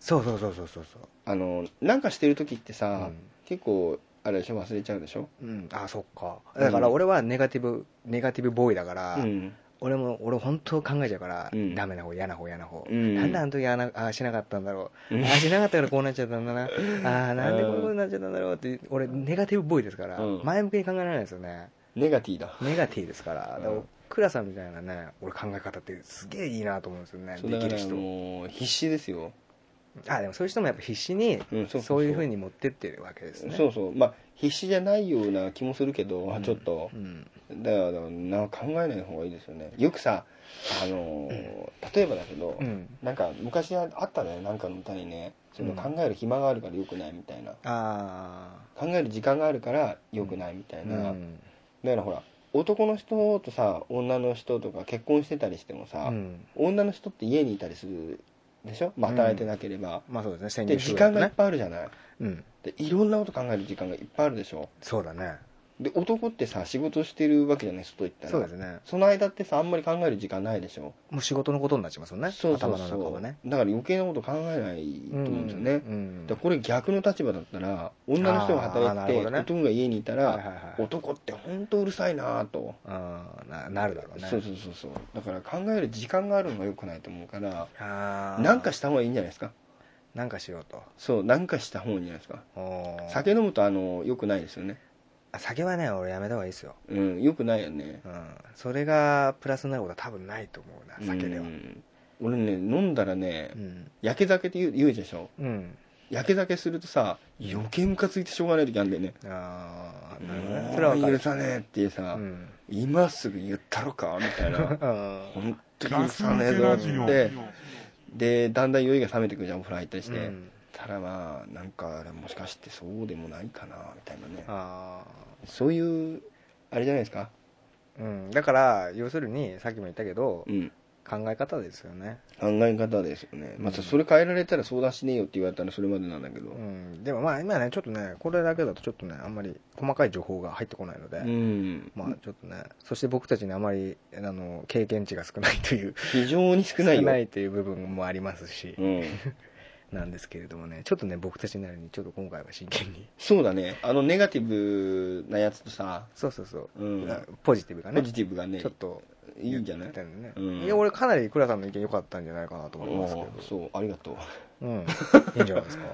Speaker 4: そうそうそうそうそうそ
Speaker 3: あのなんかしてる時ってさ、
Speaker 4: うん
Speaker 3: 結構あれでしょ忘れちゃうでしょ
Speaker 4: う。うん。あ、そっか。だから俺はネガティブ、ネガティブボーイだから、
Speaker 3: うん
Speaker 4: 俺も、俺本当考えちゃうから、
Speaker 3: うん
Speaker 4: ダメな方、嫌な方、嫌な方。
Speaker 3: うん
Speaker 4: なんであの時あなああしなかったんだろう。
Speaker 3: うん
Speaker 4: ああしなかったからこうなっちゃったんだな。ああ、なんでこういうことになっちゃったんだろうって、俺ネガティブボーイですから、
Speaker 3: うん
Speaker 4: 前向きに考えられないですよね。
Speaker 3: ネガティだ
Speaker 4: ネガティブですから。
Speaker 3: うん
Speaker 4: だから倉さんみたいなね、俺考え方ってすげえいいなと思うんですよね。
Speaker 3: そう
Speaker 4: で
Speaker 3: だ
Speaker 4: き
Speaker 3: か
Speaker 4: る
Speaker 3: ら
Speaker 4: 人。
Speaker 3: もう必死ですよ、
Speaker 4: あでもそういう人もやっぱ必死に
Speaker 3: うんそうそうそう
Speaker 4: そういうふうに持ってってるわけですね
Speaker 3: そうそうまあ必死じゃないような気もするけど、あちょっと
Speaker 4: うん
Speaker 3: だからだからな考えない方がいいですよねよくさあのー、例えばだけど、
Speaker 4: うん
Speaker 3: なんか昔あったねなんかの歌にねその考える暇があるからよくないみたいな、
Speaker 4: あ
Speaker 3: 考える時間があるから良くないみた
Speaker 4: あ
Speaker 3: いな、
Speaker 4: うん
Speaker 3: だからほら男の人とさ女の人とか結婚してたりしてもさ、
Speaker 4: うん
Speaker 3: 女の人って家にいたりするでしょまあ働いてなければ、
Speaker 4: まあそうですね先
Speaker 3: で
Speaker 4: 入
Speaker 3: 時
Speaker 4: 集
Speaker 3: 間が
Speaker 4: 団
Speaker 3: いっ
Speaker 4: ね
Speaker 3: ぱいあるじゃない
Speaker 4: うん
Speaker 3: でいろんなこと考える時間がいっぱいあるでしょ
Speaker 4: そうだね
Speaker 3: で男ってさ仕事してるわけじゃない外行ったら
Speaker 4: そうですね
Speaker 3: その間ってさあんまり考える時間ないでしょ
Speaker 4: もう仕事のことになっちゃいますもんね
Speaker 3: そうそう
Speaker 4: 頭
Speaker 3: そ
Speaker 4: の中
Speaker 3: う
Speaker 4: はね
Speaker 3: だから余計なこと考えないと思うんですよね、
Speaker 4: うん
Speaker 3: だからこれ逆の立場だったら女の人が
Speaker 4: あーな
Speaker 3: 働い
Speaker 4: る
Speaker 3: て
Speaker 4: ほど
Speaker 3: て、
Speaker 4: ね
Speaker 3: 男が家にいたら、
Speaker 4: はいはいはい
Speaker 3: 男って本当うるさいなぁと、
Speaker 4: あーななるだろうね
Speaker 3: そうそうそうそうだから考える時間があるのがよくないと思うから
Speaker 4: ああ
Speaker 3: なんかした方がいいんじゃないですか
Speaker 4: なんかしようと
Speaker 3: そうなんかした方がいいんじゃないですか
Speaker 4: おー
Speaker 3: 酒飲むとあのよくないですよね
Speaker 4: あ酒はね俺やめた方がいいですよ
Speaker 3: うんよくないよね
Speaker 4: うんそれがプラスになることは多分ないと思うな酒では
Speaker 3: うん俺ね飲んだらね
Speaker 4: うん
Speaker 3: やけ酒って言う言うでしょ
Speaker 4: うん
Speaker 3: やけ酒するとさ余計ムカついてしょうがない時あるんだよね
Speaker 4: ああなるほどねそれは分
Speaker 3: も
Speaker 4: か
Speaker 3: う許
Speaker 4: る
Speaker 3: さねえっていうさ、
Speaker 4: うん
Speaker 3: 今すぐ言ったろかみたいな本当に許
Speaker 1: ガス
Speaker 3: さねえ
Speaker 1: 抜け
Speaker 3: ぞ
Speaker 1: ラ
Speaker 3: っ
Speaker 1: ジ
Speaker 3: て
Speaker 1: オ。
Speaker 3: でだんだん酔いが冷めてくるじゃんお風呂入ったりして、
Speaker 4: うん
Speaker 3: ただまあなんかもしかしてそうでもないかなみたいなね
Speaker 4: あ
Speaker 3: そういうあれじゃないですか
Speaker 4: ーうん、だから要するにさっきも言ったけど、
Speaker 3: うん
Speaker 4: 考え方ですよね、
Speaker 3: 考え方ですよねまたそれ変えられたら相談しねえよって言われたらそれまでなんだけど
Speaker 4: うん、でもまあ今ねちょっとねこれだけだとちょっとねあんまり細かい情報が入ってこないので、
Speaker 3: うん、
Speaker 4: まあちょっとねそして僕たちにあまりあの経験値が少ないという
Speaker 3: 非常に少ないよ
Speaker 4: という部分もありますし、
Speaker 3: うん、
Speaker 4: なんですけれどもねちょっとね僕たちなりにちょっと今回は真剣に
Speaker 3: そうだねあのネガティブなやつとさ、
Speaker 4: そうそうそう、
Speaker 3: うん
Speaker 4: あポジティブがね
Speaker 3: ポジティブがね
Speaker 4: ちょっと
Speaker 3: いいんじゃない
Speaker 4: 言ってたのね
Speaker 3: うん
Speaker 4: いや俺かなり倉さんの意見良かったんじゃないかなと思いますけど
Speaker 3: おーそうありがとう
Speaker 4: うん、いいんじゃな いですか。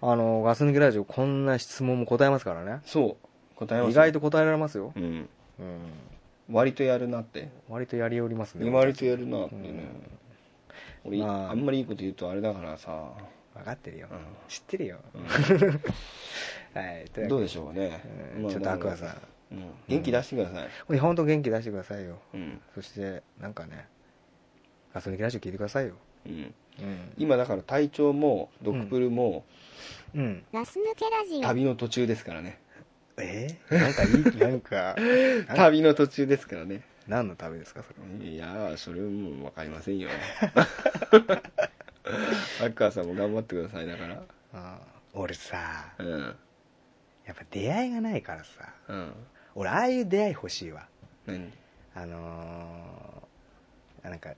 Speaker 4: あの、ガス抜きラジオ、こんな質問も答えますからね。
Speaker 3: そう答えます
Speaker 4: 意外と答えられますよ。
Speaker 3: うん
Speaker 4: うん。
Speaker 3: 割とやるなって
Speaker 4: 割とやりおりますね。
Speaker 3: 割とやるなってね、
Speaker 4: うん
Speaker 3: 俺
Speaker 4: あー
Speaker 3: あんまりいいこと言うとあれだからさ、
Speaker 4: 分かってるよ、
Speaker 3: うん
Speaker 4: 知ってるよ、 はいという
Speaker 3: ど
Speaker 4: わ
Speaker 3: うでしょうね
Speaker 4: けで、う
Speaker 3: まあ
Speaker 4: んちょっとアクアさん
Speaker 3: だからうん元気出してください、
Speaker 4: これ本当元気出してくださいよ
Speaker 3: うん
Speaker 4: そしてなんかねガソリンラジオ聞いてくださいよ
Speaker 3: うん
Speaker 4: うん、
Speaker 3: 今だから体調もドクプルも
Speaker 4: うん、
Speaker 5: ガス抜けラジオ。
Speaker 3: 旅の途中ですから ね、
Speaker 4: えなんかいいなんかなんか
Speaker 3: 旅の途中ですからね
Speaker 4: 何の旅です かそれ
Speaker 3: いやーそれもう分かりませ んよ アクアさんも頑張ってくださいだから
Speaker 4: あー俺さ
Speaker 3: うん
Speaker 4: やっぱ出会いがないからさ
Speaker 3: うん
Speaker 4: 俺ああいう出会い欲しいわ
Speaker 3: 何
Speaker 4: あのー、なんか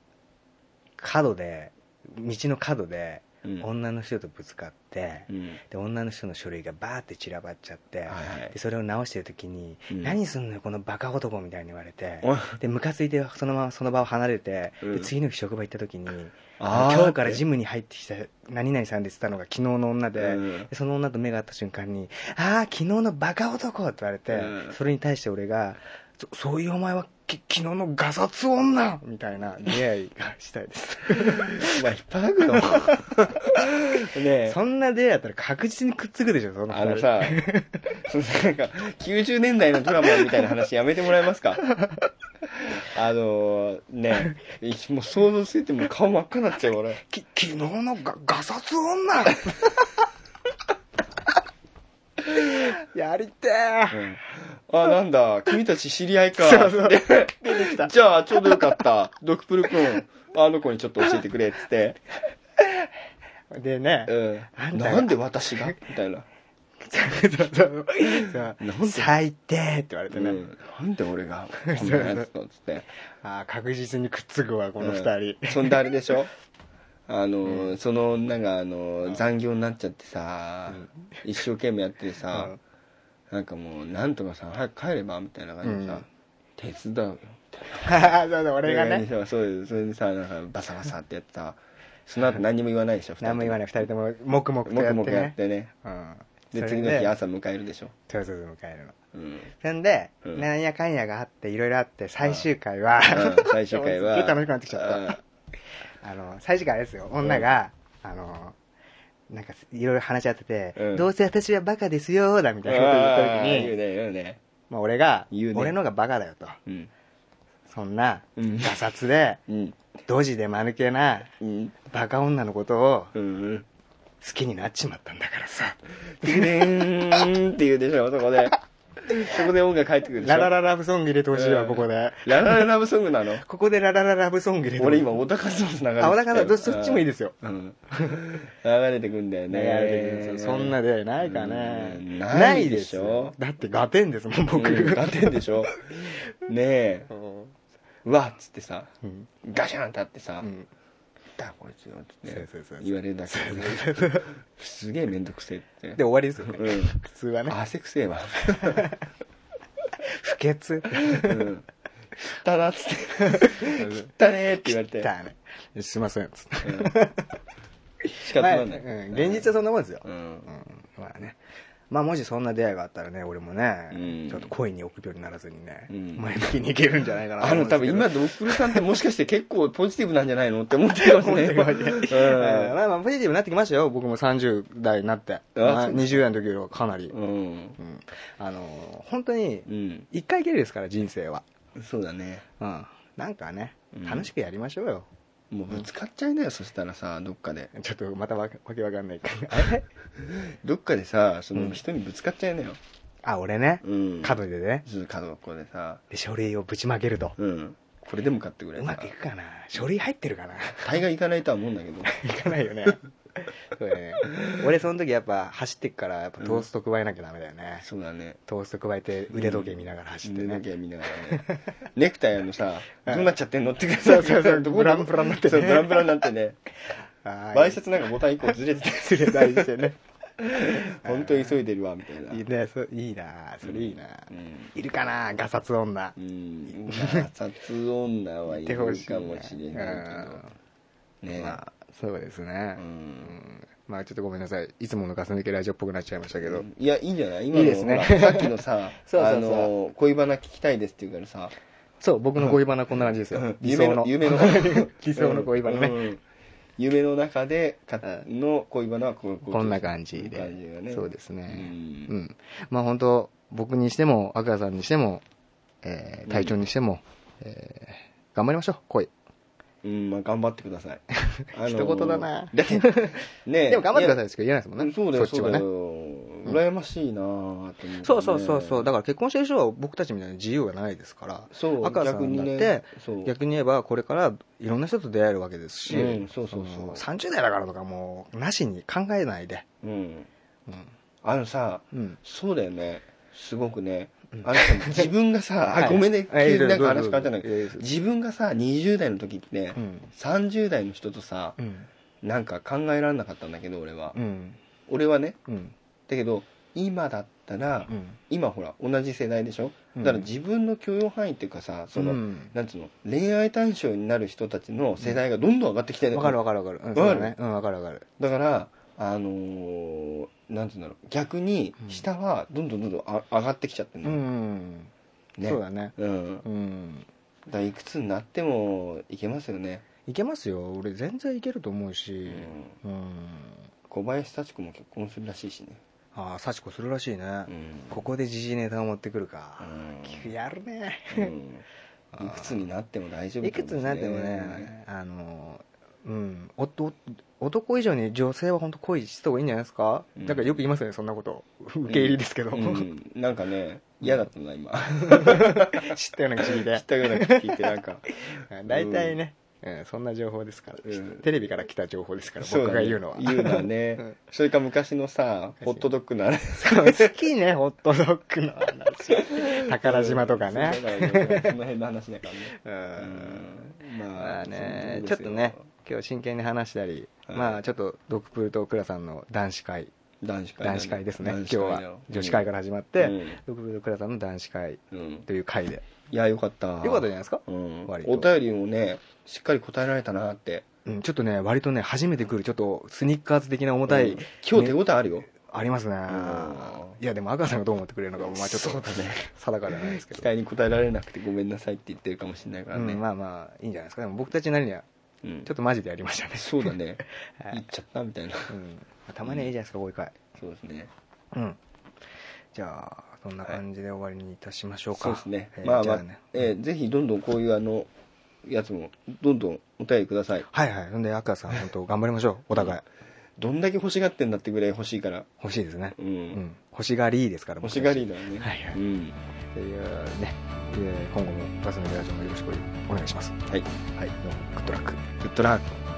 Speaker 4: 角で道の角で
Speaker 3: うん
Speaker 4: 女の人とぶつかって、
Speaker 3: うん
Speaker 4: で女の人の書類がバーって散らばっちゃって、
Speaker 3: はいはい
Speaker 4: でそれを直してる時に「
Speaker 3: うん
Speaker 4: 何すんのよこのバカ男」みたいに言われて、
Speaker 3: おい
Speaker 4: でムカついてそのままその場を離れて、
Speaker 3: うん
Speaker 4: で次の日職場行った時に
Speaker 3: あー
Speaker 4: 今日からジムに入ってきた何々さんで言ってたのが昨日の女で、
Speaker 3: うん
Speaker 4: でその女と目が合った瞬間に「ああ昨日のバカ男」って言われて、
Speaker 3: うん
Speaker 4: それに対して俺が「そそういうお前はき昨日のガサツ女!」みたいな出会いがしたいです
Speaker 3: お前引っ張くの ね え
Speaker 4: そんな出会いだったら確実にくっつくでしょその
Speaker 3: あ
Speaker 4: 二
Speaker 3: の
Speaker 4: 人
Speaker 3: さ、なんか、90年代のドラマみたいな話やめてもらえ ますかあのー、ね、もう想像してても顔真っ赤になっちゃう、俺。
Speaker 4: き昨日のガガサツ女 やり
Speaker 3: う
Speaker 4: てえ
Speaker 3: ん、あ、なんだ、君たち知り合いか。
Speaker 4: そ うそう
Speaker 3: でじゃあ、ちょうどよかった。ドクプル君、あの子にちょっと教えてくれ、っつって。
Speaker 4: でね、
Speaker 3: う
Speaker 4: あ
Speaker 3: ん。
Speaker 4: んたが
Speaker 3: なんで私がみた いな。
Speaker 4: そうそうそうそう
Speaker 3: なんで
Speaker 4: 最低って言われて
Speaker 3: うん
Speaker 4: ね、
Speaker 3: なんで俺が、こんなやつの、つって。
Speaker 4: ああ確実にくっつくわこの二 人、
Speaker 3: うんそんであれでしょあのー、その女が、あのー、残業になっちゃってさ、一生懸命やってさ、なんかもう、なんとかさ、早く帰ればみたいな感じでさ、手伝うよ。
Speaker 4: そうそう俺がね
Speaker 3: そうそうですそれでさ、なんかバサバサってやってさ、その後何にも言わないでしょ、
Speaker 4: 何も言わ
Speaker 3: ない。
Speaker 4: ない二人とも黙々と
Speaker 3: も
Speaker 4: や
Speaker 3: く
Speaker 4: っ
Speaker 3: もく
Speaker 4: て
Speaker 3: やっ
Speaker 4: ね
Speaker 3: てね。
Speaker 4: うん
Speaker 3: で、
Speaker 4: それ
Speaker 3: 次の日朝迎えるでしょ。
Speaker 4: そうそうそう迎えるの
Speaker 3: うん。
Speaker 4: そんで、
Speaker 3: うん
Speaker 4: なんやかんやがあっていろいろあって最終回は、
Speaker 3: うん最終回は。
Speaker 4: すっげえ楽しくなってきちゃ った、あの、最初からあれですよ、女が、あの、なんかいろいろ話し合ってて、
Speaker 3: うん
Speaker 4: どうせ私はバカですよーだみ
Speaker 3: た。
Speaker 4: たいなことを言った
Speaker 3: あー
Speaker 4: 時
Speaker 3: 言う
Speaker 4: に、
Speaker 3: ね、言うね。
Speaker 4: まあ、俺が、
Speaker 3: 言うね
Speaker 4: 俺のがバカだよと。
Speaker 3: うん。
Speaker 4: そんな、
Speaker 3: うん
Speaker 4: ガサツで、
Speaker 3: うん。
Speaker 4: ドジで間抜けな、
Speaker 3: うん。
Speaker 4: バカ女のことを
Speaker 3: うん。
Speaker 4: 好きになっちまったんだからさ。
Speaker 3: でーんって言うでしょ、そこで。そこで音楽入ってくるでしょ。
Speaker 4: ララララブソング入れてほしいわ、
Speaker 3: うん
Speaker 4: ここで。
Speaker 3: ララララブソングなの
Speaker 4: ここでララララブソング入れて
Speaker 3: 俺今、小田和正流れてきたよ
Speaker 4: あ小田和正そっちもいいですよ
Speaker 3: うん。流れてくんだよ
Speaker 4: 流
Speaker 3: ね。
Speaker 4: れてくるんですよそんな出会いないかね
Speaker 3: うんないでしょ
Speaker 4: ないですよ。だってガテンですもん、僕。
Speaker 3: うんなってんでしょ。ねえ、うわっつってさ、
Speaker 4: うん
Speaker 3: ガシャンってあってさ、
Speaker 4: うん
Speaker 3: だこいつよっつっ
Speaker 4: そう
Speaker 3: て
Speaker 4: そうそうそう
Speaker 3: 言われるだけ
Speaker 4: そうそうそう
Speaker 3: すげえめんどくせえって。
Speaker 4: で、終わりですよね。
Speaker 3: うん
Speaker 4: 普通はね。
Speaker 3: 汗くせえわ。
Speaker 4: 不潔。
Speaker 3: うん。汚っつって。汚ねえって言われて。
Speaker 4: だね。すいません。つって
Speaker 3: 仕方ないんだよ
Speaker 4: まあうん現実はそんなもんですよ。
Speaker 3: う
Speaker 4: うん
Speaker 3: ん。
Speaker 4: まあね。まあもしそんな出会いがあったらね、俺もね、
Speaker 3: うん
Speaker 4: ちょっと恋に臆病にならずにね、
Speaker 3: うん
Speaker 4: 前向きにいけるんじゃないかなと
Speaker 3: あ
Speaker 4: 思
Speaker 3: の
Speaker 4: うん
Speaker 3: 多
Speaker 4: ですけ
Speaker 3: 分
Speaker 4: ど。
Speaker 3: 今ドップルさんってもしかして結構ポジティブなんじゃないのって思ってますね。
Speaker 4: 思ってるわけうんまあまあポジティブになってきましたよ。僕も30代になって。まあ
Speaker 3: そう
Speaker 4: 20代の時よりはかなり。
Speaker 3: うん。うん
Speaker 4: うんあの、本当に
Speaker 3: う、ん。
Speaker 4: 一回きりですから、人生は。
Speaker 3: そうだね。
Speaker 4: うん。なんかね
Speaker 3: うん、
Speaker 4: 楽しくやりましょうよ。
Speaker 3: もうぶつかっちゃいなよ、そしたらさ、どっかで。
Speaker 4: ちょっとまたわけわけわかんないから。
Speaker 3: どっかでさ、そ
Speaker 4: うん
Speaker 3: の人にぶつかっちゃいなよ。
Speaker 4: あ、俺ね、
Speaker 3: うん。
Speaker 4: 角でね、
Speaker 3: そう角っこでさ、
Speaker 4: で、書類をぶちまけると。
Speaker 3: うん。これでも買ってくれ
Speaker 4: うまくいくかな書類入ってるかな
Speaker 3: 大概いかないとは思うんだけど。
Speaker 4: いかないよね。そうだね。俺その時やっぱ走ってくから、やっぱトースト加えなきゃダメだよね。
Speaker 3: そうだね。
Speaker 4: トースト加えて腕時計見ながら走って
Speaker 3: 腕
Speaker 4: ね
Speaker 3: 時。計見ながらね。ネクタイあのさ、どうなっちゃってんのってく
Speaker 4: そ
Speaker 3: さ
Speaker 4: うそうそう
Speaker 3: どこ
Speaker 4: ブランブランになってね
Speaker 3: そうブランブランになってね。
Speaker 4: バ
Speaker 3: ワイシャツなんかボタン一個ずれてて、
Speaker 4: すれ大事でね。
Speaker 3: 本当急いでるわ、みたいな。
Speaker 4: いいね、そいいなそれいいな、
Speaker 3: うん
Speaker 4: いるかなガサツ女。
Speaker 3: うん、まあ、殺女はいるかもしれないけど。ね、
Speaker 4: まあ、そうですね。
Speaker 3: う。
Speaker 4: うんんまあちょっとごめんなさい。いつものガス抜けラジオっぽくなっちゃいましたけど。
Speaker 3: いや、いいんじゃない今の
Speaker 4: いいですね、
Speaker 3: ほらさっきのさ
Speaker 4: そう
Speaker 3: あ
Speaker 4: そうそう
Speaker 3: の、恋バナ聞きたいですって言うからさ、
Speaker 4: そう、僕の恋バナこんな感じですよ。理想の。
Speaker 3: 夢の、夢の
Speaker 4: 理想の恋バナね。
Speaker 3: うん夢の中でか
Speaker 4: う
Speaker 3: の恋バナはこ
Speaker 4: こんな感じで
Speaker 3: こんな感じがね
Speaker 4: そうです
Speaker 3: う
Speaker 4: ねうん、
Speaker 3: ん
Speaker 4: まあ本当僕にしても赤さんにしても、えー、隊長にしても、えー頑張りましょう恋
Speaker 3: うんまあ頑張ってくださ いあの
Speaker 4: 一言 だな
Speaker 3: だってねえ
Speaker 4: でも頑張ってくださ
Speaker 3: い
Speaker 4: いですけど言えないですもん
Speaker 3: や
Speaker 4: ね
Speaker 3: そうだよ
Speaker 4: そっ
Speaker 3: そ
Speaker 4: ち
Speaker 3: う
Speaker 4: は
Speaker 3: だ
Speaker 4: ね
Speaker 3: よ羨ましいなあと思ってね
Speaker 4: そうそうそうそうだから結婚してる人は僕たちみたいな自由がないですから
Speaker 3: そう
Speaker 4: 赤さん
Speaker 3: 逆に
Speaker 4: だっ
Speaker 3: ね
Speaker 4: て
Speaker 3: そう
Speaker 4: 逆に言えばこれからいろんな人と出会えるわけですし、
Speaker 3: うんそうそうそう
Speaker 4: の30代だからとかもうなしに考えないで、
Speaker 3: うん
Speaker 4: うん
Speaker 3: あのさ
Speaker 4: うん、
Speaker 3: そうだよねすごくねあのさ自分が さ
Speaker 4: はい
Speaker 3: あごめんね
Speaker 4: はい
Speaker 3: 急になんか
Speaker 4: どう
Speaker 3: 話
Speaker 4: ぞ
Speaker 3: 変わっちゃうんだけ
Speaker 4: いやい
Speaker 3: ど
Speaker 4: や
Speaker 3: 自分がさ20代の時ってね
Speaker 4: うん
Speaker 3: 30代の人とさ
Speaker 4: うん
Speaker 3: なんか考えられなかったんだけど俺は
Speaker 4: うん
Speaker 3: 俺はね
Speaker 4: うん
Speaker 3: だけど今だったら
Speaker 4: うん
Speaker 3: 今ほら同じ世代でしょ
Speaker 4: うん
Speaker 3: だから自分の許容範囲っていうかさその、
Speaker 4: うん
Speaker 3: なんつうの恋愛対象になる人たちの世代がどんどん上がってきてる
Speaker 4: わかるわかるわかるう
Speaker 3: わ
Speaker 4: ん
Speaker 3: かる
Speaker 4: そうだねうんわかるわかる
Speaker 3: だからあのーなんつうんだろう逆に
Speaker 4: うん
Speaker 3: 下はどんどんどんどんあ上がってきちゃってる
Speaker 4: う
Speaker 3: の、
Speaker 4: ん
Speaker 3: ね
Speaker 4: そうだね
Speaker 3: うんだか
Speaker 4: うん
Speaker 3: らいくつになってもいけますよね、
Speaker 4: いけますよ俺全然いけると思う
Speaker 3: う
Speaker 4: し
Speaker 3: ん、
Speaker 4: うん
Speaker 3: 小林幸子も結婚するらしいしね、
Speaker 4: ああ幸子するらしいね
Speaker 3: うん
Speaker 4: ここで時事ネタを持ってく
Speaker 3: う
Speaker 4: るか
Speaker 3: ん
Speaker 4: 聞くやるね
Speaker 3: うんいくつになっても大丈夫
Speaker 4: いくつになってもねあのうんおっと男以上に女性は本当恋した方がいいんじゃないですか
Speaker 3: うん
Speaker 4: なんかよく言いますよねそんなこと受け入りですけど
Speaker 3: う
Speaker 4: 知
Speaker 3: ん、なんかね嫌だったな今
Speaker 4: ったような口
Speaker 3: 知
Speaker 4: で
Speaker 3: ったようなこと聞いてなん か
Speaker 4: 大体ね、うん、そんな情報ですから、
Speaker 3: うん
Speaker 4: テレビから来た情報ですから、
Speaker 3: そう
Speaker 4: 僕
Speaker 3: だね
Speaker 4: が言うのは。
Speaker 3: 言うのはね、
Speaker 4: うん
Speaker 3: それか昔のさ
Speaker 4: 昔
Speaker 3: ホットドッグのあれ
Speaker 4: そう好きね、ホットドッ グの話。宝島とかね
Speaker 3: そ。うだねその辺の話だからね
Speaker 4: う。
Speaker 3: うんん
Speaker 4: まあね、ち
Speaker 3: そ
Speaker 4: ょ
Speaker 3: うです
Speaker 4: っ
Speaker 3: よ
Speaker 4: とね、今日真剣に話したり、
Speaker 3: はい
Speaker 4: まあちょっと、ドクプルとクラさんの男子会、
Speaker 3: 男子会だ
Speaker 4: 男子会ですね、
Speaker 3: 男子
Speaker 4: 今日
Speaker 3: 会だよ
Speaker 4: は女子会から始まって、
Speaker 3: うん
Speaker 4: ドクプルとクラさんの男子会
Speaker 3: うん
Speaker 4: という会で。
Speaker 3: いやよかったよ
Speaker 4: よかったじゃないですか
Speaker 3: うん、
Speaker 4: 割と
Speaker 3: お便りもねしっかり答えられたなって
Speaker 4: うん、ちょっとね、割とね、初めて来る、ちょっとスニッカーズ的な重たい、
Speaker 3: うん今日手応えあるよ、
Speaker 4: ありますね
Speaker 3: ん
Speaker 4: いやでも赤さんがどう思ってくれるのかまあちょっと
Speaker 3: そうだね
Speaker 4: 定かじゃないですけ
Speaker 3: 期
Speaker 4: ど、
Speaker 3: 待に応えられなくてごめんなさいって言ってるかもしれないから
Speaker 4: う
Speaker 3: ね、
Speaker 4: ん、まあまあいいんじゃないですかでも僕たちなりには
Speaker 3: うん
Speaker 4: ちょっとマジでやりましたね、
Speaker 3: そうだ ね
Speaker 4: はい
Speaker 3: 行っちゃったみたいな
Speaker 4: うん、たまにはいいじゃないですかこういう回
Speaker 3: そうですね
Speaker 4: うんじゃあそんな感じで終わりにいたしましょうか、
Speaker 3: そうですね
Speaker 4: えー
Speaker 3: まあ
Speaker 4: じ
Speaker 3: ま
Speaker 4: ゃ
Speaker 3: あ
Speaker 4: ね
Speaker 3: えーぜひどんどんこういうあのやつもどんどんお便りください
Speaker 4: はいはいほんで赤さん本当頑張りましょうお互い
Speaker 3: どんだけ欲しがってんだってぐらい欲しいから
Speaker 4: 欲しいですね
Speaker 3: う
Speaker 4: うん、
Speaker 3: ん
Speaker 4: 欲しがりですから
Speaker 3: 欲しがり
Speaker 4: 僕
Speaker 3: だよね
Speaker 4: はいは
Speaker 3: う
Speaker 4: い
Speaker 3: ん
Speaker 4: たちっていうねえー今後もガスのラジオもよろしくお願いします
Speaker 3: はい
Speaker 4: はいどうもグッドラック
Speaker 3: グッドラック